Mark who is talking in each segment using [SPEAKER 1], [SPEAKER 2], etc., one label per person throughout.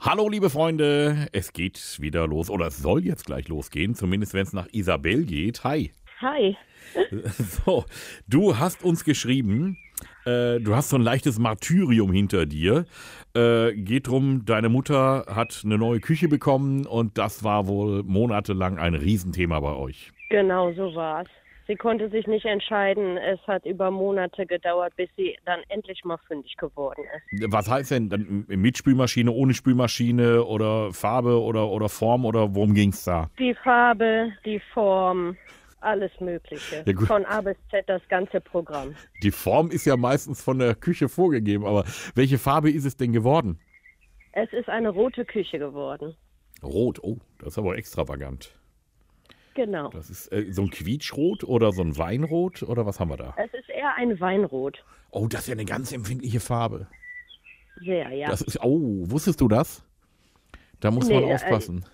[SPEAKER 1] Hallo, liebe Freunde. Es geht wieder los oder es soll jetzt gleich losgehen, zumindest wenn es nach Isabel geht. Hi.
[SPEAKER 2] Hi.
[SPEAKER 1] So, du hast uns geschrieben, äh, du hast so ein leichtes Martyrium hinter dir. Äh, geht drum, deine Mutter hat eine neue Küche bekommen und das war wohl monatelang ein Riesenthema bei euch.
[SPEAKER 2] Genau so war's. Sie konnte sich nicht entscheiden. Es hat über Monate gedauert, bis sie dann endlich mal fündig geworden ist.
[SPEAKER 1] Was heißt denn dann mit Spülmaschine, ohne Spülmaschine oder Farbe oder, oder Form oder worum ging's da?
[SPEAKER 2] Die Farbe, die Form, alles Mögliche.
[SPEAKER 1] Ja, gut.
[SPEAKER 2] Von A bis Z das ganze Programm.
[SPEAKER 1] Die Form ist ja meistens von der Küche vorgegeben, aber welche Farbe ist es denn geworden?
[SPEAKER 2] Es ist eine rote Küche geworden.
[SPEAKER 1] Rot, oh, das ist aber extravagant.
[SPEAKER 2] Genau.
[SPEAKER 1] Das ist äh, so ein Quietschrot oder so ein Weinrot oder was haben wir da?
[SPEAKER 2] Es ist eher ein Weinrot.
[SPEAKER 1] Oh, das ist ja eine ganz empfindliche Farbe.
[SPEAKER 2] Sehr, ja.
[SPEAKER 1] Das ist, oh, wusstest du das? Da muss man
[SPEAKER 2] Nee, äh,
[SPEAKER 1] aufpassen.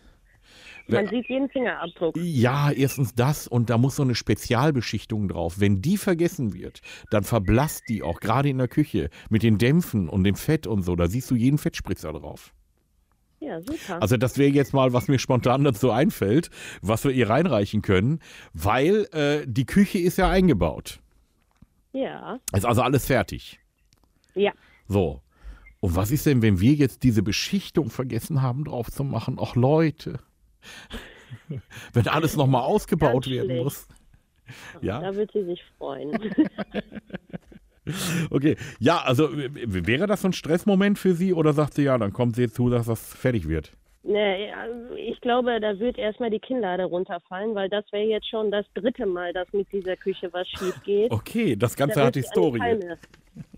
[SPEAKER 2] Man sieht jeden Fingerabdruck.
[SPEAKER 1] Ja, erstens das und da muss so eine Spezialbeschichtung drauf. Wenn die vergessen wird, dann verblasst die auch, gerade in der Küche, mit den Dämpfen und dem Fett und so. Da siehst du jeden Fettspritzer drauf.
[SPEAKER 2] Ja, super.
[SPEAKER 1] Also das wäre jetzt mal, was mir spontan dazu einfällt, was wir ihr reinreichen können, weil äh, die Küche ist ja eingebaut.
[SPEAKER 2] Ja.
[SPEAKER 1] Ist also alles fertig.
[SPEAKER 2] Ja.
[SPEAKER 1] So. Und was ist denn, wenn wir jetzt diese Beschichtung vergessen haben, drauf zu machen? Ach Leute. wenn alles nochmal ausgebaut
[SPEAKER 2] Ganz
[SPEAKER 1] werden
[SPEAKER 2] schlecht.
[SPEAKER 1] muss. Ja,
[SPEAKER 2] Da wird sie sich freuen.
[SPEAKER 1] okay. Ja, also w- w- wäre das so ein Stressmoment für Sie oder sagt sie, ja, dann kommt sie jetzt zu, dass das fertig wird?
[SPEAKER 2] Nee, also ich glaube, da wird erstmal die Kinnlade runterfallen, weil das wäre jetzt schon das dritte Mal, dass mit dieser Küche was schief geht.
[SPEAKER 1] Okay, das Ganze
[SPEAKER 2] Da
[SPEAKER 1] Oh, hat
[SPEAKER 2] wird sie an die
[SPEAKER 1] Historie.
[SPEAKER 2] Palme.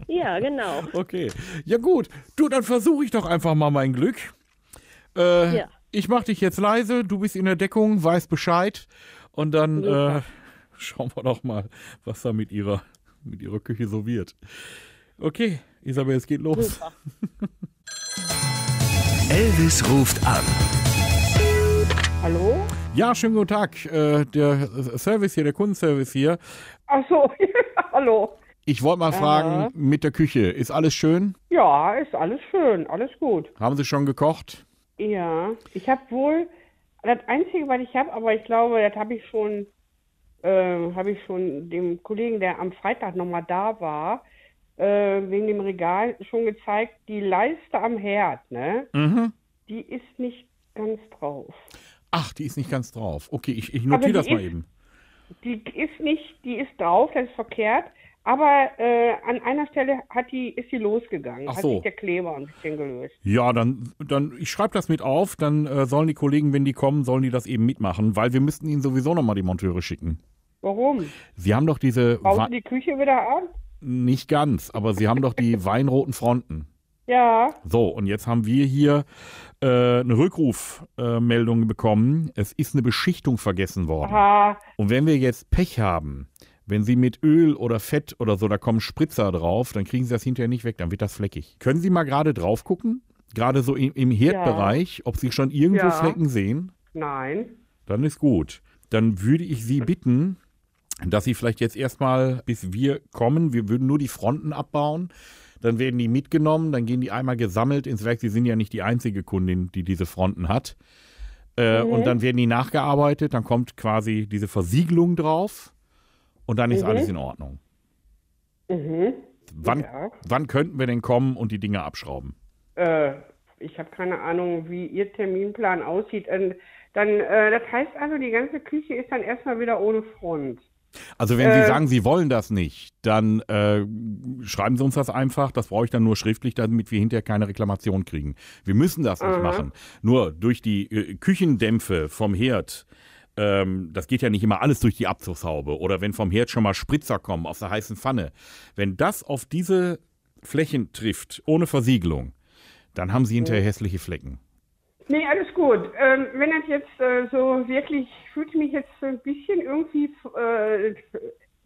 [SPEAKER 2] Ja, genau.
[SPEAKER 1] Okay. Ja, gut. Du, dann versuche ich doch einfach mal mein Glück. Äh,
[SPEAKER 2] Ja.
[SPEAKER 1] Ich mach dich jetzt leise, du bist in der Deckung, weißt Bescheid. Und dann äh, schauen wir doch mal, was da mit ihrer, mit ihrer Küche so wird. Okay, Isabel, es geht los.
[SPEAKER 3] Elvis ruft an.
[SPEAKER 4] Hallo?
[SPEAKER 1] Ja, schönen guten Tag. Äh, der Service hier, der Kundenservice hier.
[SPEAKER 4] Ach so, hallo.
[SPEAKER 1] Ich wollte mal fragen, mit der Küche, ist alles schön?
[SPEAKER 4] Ja, ist alles schön, alles gut.
[SPEAKER 1] Haben Sie schon gekocht?
[SPEAKER 4] Ja, ich habe wohl das Einzige, was ich habe, aber ich glaube, das habe ich schon, äh, habe ich schon dem Kollegen, der am Freitag nochmal da war, äh, wegen dem Regal schon gezeigt, die Leiste am Herd, ne?
[SPEAKER 1] Mhm.
[SPEAKER 4] Die ist nicht ganz drauf.
[SPEAKER 1] Ach, die ist nicht ganz drauf. Okay, ich, ich
[SPEAKER 4] Aber
[SPEAKER 1] notiere
[SPEAKER 4] die
[SPEAKER 1] das mal
[SPEAKER 4] ist-
[SPEAKER 1] eben.
[SPEAKER 4] Die ist nicht, die ist drauf, das ist verkehrt. Aber äh, an einer Stelle hat die, ist sie losgegangen,
[SPEAKER 1] Ach
[SPEAKER 4] hat
[SPEAKER 1] so.
[SPEAKER 4] sich der Kleber ein bisschen gelöst.
[SPEAKER 1] Ja, dann, dann ich schreibe das mit auf, dann äh, sollen die Kollegen, wenn die kommen, sollen die das eben mitmachen, weil wir müssten ihnen sowieso nochmal die Monteure schicken.
[SPEAKER 4] Warum?
[SPEAKER 1] Sie haben doch diese,
[SPEAKER 4] Baust
[SPEAKER 1] Wa-
[SPEAKER 4] du die Küche wieder an?
[SPEAKER 1] nicht ganz, aber sie haben doch die weinroten Fronten.
[SPEAKER 4] Ja,
[SPEAKER 1] So, und jetzt haben wir hier äh, eine Rückrufmeldung äh, Meldung bekommen. Es ist eine Beschichtung vergessen worden.
[SPEAKER 4] ha,
[SPEAKER 1] Und wenn wir jetzt Pech haben, wenn Sie mit Öl oder Fett oder so, da kommen Spritzer drauf, dann kriegen Sie das hinterher nicht weg, dann wird das fleckig. Können Sie mal gerade drauf gucken? Gerade so im, im Herdbereich, ob Sie schon irgendwo
[SPEAKER 4] Ja.
[SPEAKER 1] Flecken sehen?
[SPEAKER 4] nein.
[SPEAKER 1] Dann ist gut. Dann würde ich Sie bitten, dass Sie vielleicht jetzt erstmal, bis wir kommen, wir würden nur die Fronten abbauen. Dann werden die mitgenommen, dann gehen die einmal gesammelt ins Werk. Sie sind ja nicht die einzige Kundin, die diese Fronten hat. Äh, Und dann werden die nachgearbeitet, dann kommt quasi diese Versiegelung drauf und dann ist alles in Ordnung. Wann,
[SPEAKER 4] Ja.
[SPEAKER 1] wann könnten wir denn kommen und die Dinge abschrauben?
[SPEAKER 4] Äh, ich habe keine Ahnung, wie Ihr Terminplan aussieht. Und dann, äh, das heißt also, die ganze Küche ist dann erstmal wieder ohne Front.
[SPEAKER 1] Also wenn Sie
[SPEAKER 4] Äh,
[SPEAKER 1] sagen, Sie wollen das nicht, dann äh, schreiben Sie uns das einfach. Das brauche ich dann nur schriftlich, damit wir hinterher keine Reklamation kriegen. Wir müssen das nicht machen. Nur durch die äh, Küchendämpfe vom Herd. Ähm, das geht ja nicht immer alles durch die Abzugshaube. Oder wenn vom Herd schon mal Spritzer kommen aus der heißen Pfanne. Wenn das auf diese Flächen trifft, ohne Versiegelung, dann haben Sie hinterher hässliche Flecken.
[SPEAKER 4] Nee, alles gut. Ähm, wenn das jetzt äh, so wirklich, ich fühle mich jetzt so ein bisschen irgendwie äh,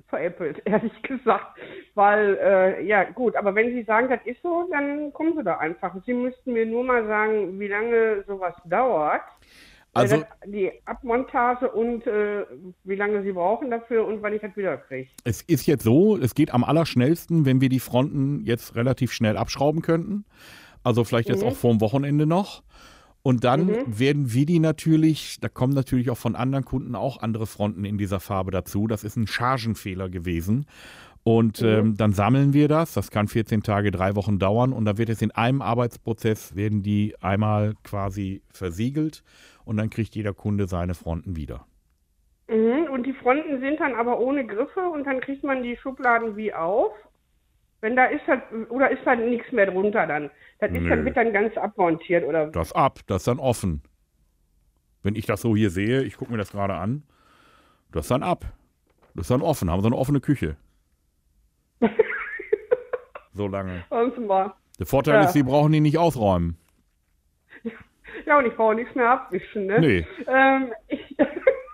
[SPEAKER 4] veräppelt, ehrlich gesagt. Weil, äh, ja gut, aber wenn Sie sagen, das ist so, dann kommen Sie da einfach. Sie müssten mir nur mal sagen, wie lange sowas dauert.
[SPEAKER 1] Also,
[SPEAKER 4] Also die Abmontage und äh, wie lange sie brauchen dafür und wann ich das wiederkriege.
[SPEAKER 1] Es ist jetzt so, es geht am allerschnellsten, wenn wir die Fronten jetzt relativ schnell abschrauben könnten. Also vielleicht jetzt auch vorm Wochenende noch. Und dann werden wir die natürlich, da kommen natürlich auch von anderen Kunden auch andere Fronten in dieser Farbe dazu. Das ist ein Chargenfehler gewesen. Und ähm, dann sammeln wir das. Das kann 14 Tage, drei Wochen dauern. Und dann wird es in einem Arbeitsprozess, werden die einmal quasi versiegelt. Und dann kriegt jeder Kunde seine Fronten wieder.
[SPEAKER 4] Mhm. Und die Fronten sind dann aber ohne Griffe und dann kriegt man die Schubladen wie auf. Wenn da ist halt, oder ist da nichts mehr drunter dann? Das ist
[SPEAKER 1] Nö.
[SPEAKER 4] dann, wird dann ganz abmontiert oder
[SPEAKER 1] das ab, das ist dann offen. Wenn ich das so hier sehe, ich gucke mir das gerade an, das ist dann ab. Das ist dann offen, haben sie eine offene Küche. so lange.
[SPEAKER 4] sonst mal.
[SPEAKER 1] Der Vorteil
[SPEAKER 4] Ja.
[SPEAKER 1] ist, sie brauchen die nicht ausräumen.
[SPEAKER 4] Ja, und ich brauche nichts mehr abwischen, ne?
[SPEAKER 1] Nee.
[SPEAKER 4] Ähm, ich,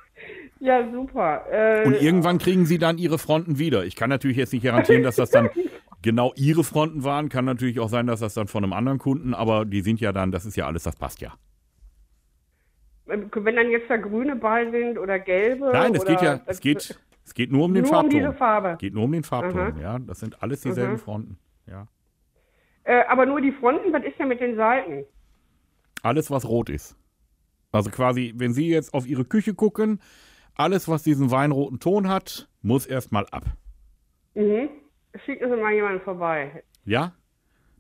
[SPEAKER 4] ja, super. Äh,
[SPEAKER 1] Und irgendwann kriegen sie dann ihre Fronten wieder. Ich kann natürlich jetzt nicht garantieren, dass das dann genau ihre Fronten waren. Kann natürlich auch sein, dass das dann von einem anderen Kunden, aber die sind ja dann, das ist ja alles, das passt ja.
[SPEAKER 4] wenn dann jetzt da grüne Ball sind oder gelbe.
[SPEAKER 1] Nein, es
[SPEAKER 4] oder,
[SPEAKER 1] geht ja, es geht, es geht nur um den
[SPEAKER 4] Nur um
[SPEAKER 1] Farbton.
[SPEAKER 4] diese Mhm. Farbe.
[SPEAKER 1] Geht nur um den Farbton, ja. Das sind alles dieselben Fronten, ja.
[SPEAKER 4] Äh, aber nur die Fronten, was ist denn mit den Seiten?
[SPEAKER 1] Alles, was rot ist. Also quasi, wenn Sie jetzt auf Ihre Küche gucken, alles, was diesen weinroten Ton hat, muss erstmal ab.
[SPEAKER 4] Mhm. Schickt uns mal jemand vorbei.
[SPEAKER 1] Ja?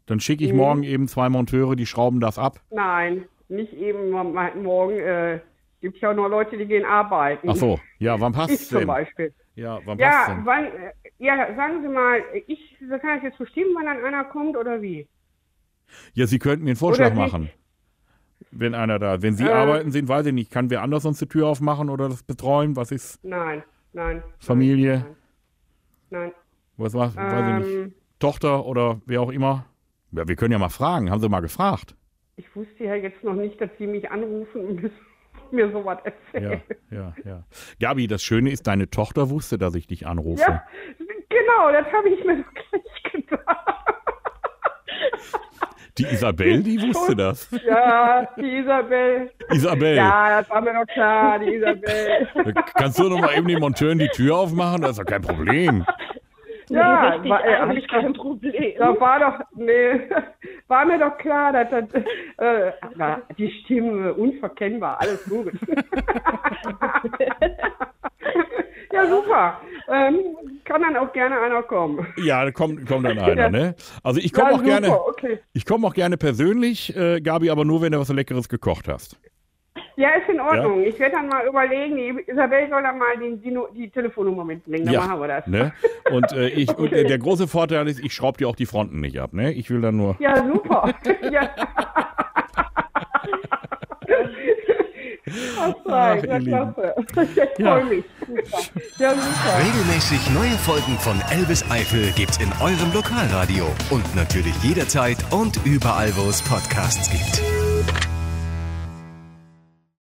[SPEAKER 1] Dann schicke
[SPEAKER 4] Mhm.
[SPEAKER 1] ich morgen eben zwei Monteure, die schrauben das ab.
[SPEAKER 4] Nein, nicht eben mo- morgen. Äh, gibt ja auch nur Leute, die gehen arbeiten.
[SPEAKER 1] Ach so, ja, wann passt
[SPEAKER 4] Ich zum
[SPEAKER 1] denn?
[SPEAKER 4] Beispiel.
[SPEAKER 1] Ja, wann passt
[SPEAKER 4] Ja,
[SPEAKER 1] denn?
[SPEAKER 4] wann, äh, ja, sagen Sie mal, ich kann ich jetzt bestimmen, wann dann einer kommt oder wie?
[SPEAKER 1] Ja, Sie könnten den Vorschlag
[SPEAKER 4] Oder Äh. nicht?
[SPEAKER 1] machen. Wenn einer da, wenn Sie arbeiten sind, weiß ich nicht, kann wer anders sonst die Tür aufmachen oder das betreuen? Was ist
[SPEAKER 4] Nein, nein,
[SPEAKER 1] Familie?
[SPEAKER 4] nein.
[SPEAKER 1] Was war, weiß ich
[SPEAKER 4] Ähm.
[SPEAKER 1] nicht, Tochter oder wer auch immer? Ja, wir können ja mal fragen. Haben Sie mal gefragt?
[SPEAKER 4] Ich wusste ja jetzt noch nicht, dass Sie mich anrufen und mir, mir sowas
[SPEAKER 1] Ja,
[SPEAKER 4] erzählen.
[SPEAKER 1] ja, ja. Gabi, das Schöne ist, deine Tochter wusste, dass ich dich anrufe.
[SPEAKER 4] Ja, genau, das habe ich mir doch gleich gedacht.
[SPEAKER 1] Die Isabel, die wusste das.
[SPEAKER 4] Ja, die Isabel.
[SPEAKER 1] Isabel,
[SPEAKER 4] Ja, das war mir doch klar, die Isabel.
[SPEAKER 1] kannst du noch mal eben den Monteuren die Tür aufmachen? Das ist doch kein Problem.
[SPEAKER 2] Ja,
[SPEAKER 4] Ja,
[SPEAKER 2] richtig,
[SPEAKER 4] war, äh, hab
[SPEAKER 2] eigentlich
[SPEAKER 4] ich doch-
[SPEAKER 2] kein Problem.
[SPEAKER 4] Da war doch, nee, war mir doch klar, dass das, äh, na, die Stimme unverkennbar, alles gut. ja, super. Ähm, kann dann auch gerne einer kommen.
[SPEAKER 1] Ja, da kommt, kommt dann einer, ne? Also ich komme
[SPEAKER 4] ja,
[SPEAKER 1] auch gerne,
[SPEAKER 4] super, okay.
[SPEAKER 1] ich komme auch gerne persönlich, äh, Gabi, aber nur wenn du was Leckeres gekocht hast.
[SPEAKER 4] Ja, ist in Ordnung. Ich werde dann mal überlegen, die Isabel soll dann mal die, die, Nu- die Telefonnummer mitbringen, dann machen wir das.
[SPEAKER 1] Ne? Und äh, ich und äh, der große Vorteil ist, ich schraube dir auch die Fronten nicht ab, ne? Ich will dann nur.
[SPEAKER 4] Ja, super. ja. Das war,
[SPEAKER 1] Ach, ihr
[SPEAKER 4] ja,
[SPEAKER 1] Lieben.
[SPEAKER 4] klasse. Ich
[SPEAKER 1] Ja.
[SPEAKER 4] freue mich. Super. Ja, super.
[SPEAKER 3] Regelmäßig neue Folgen von Elvis Eifel gibt's in eurem Lokalradio und natürlich jederzeit und überall, wo es Podcasts gibt.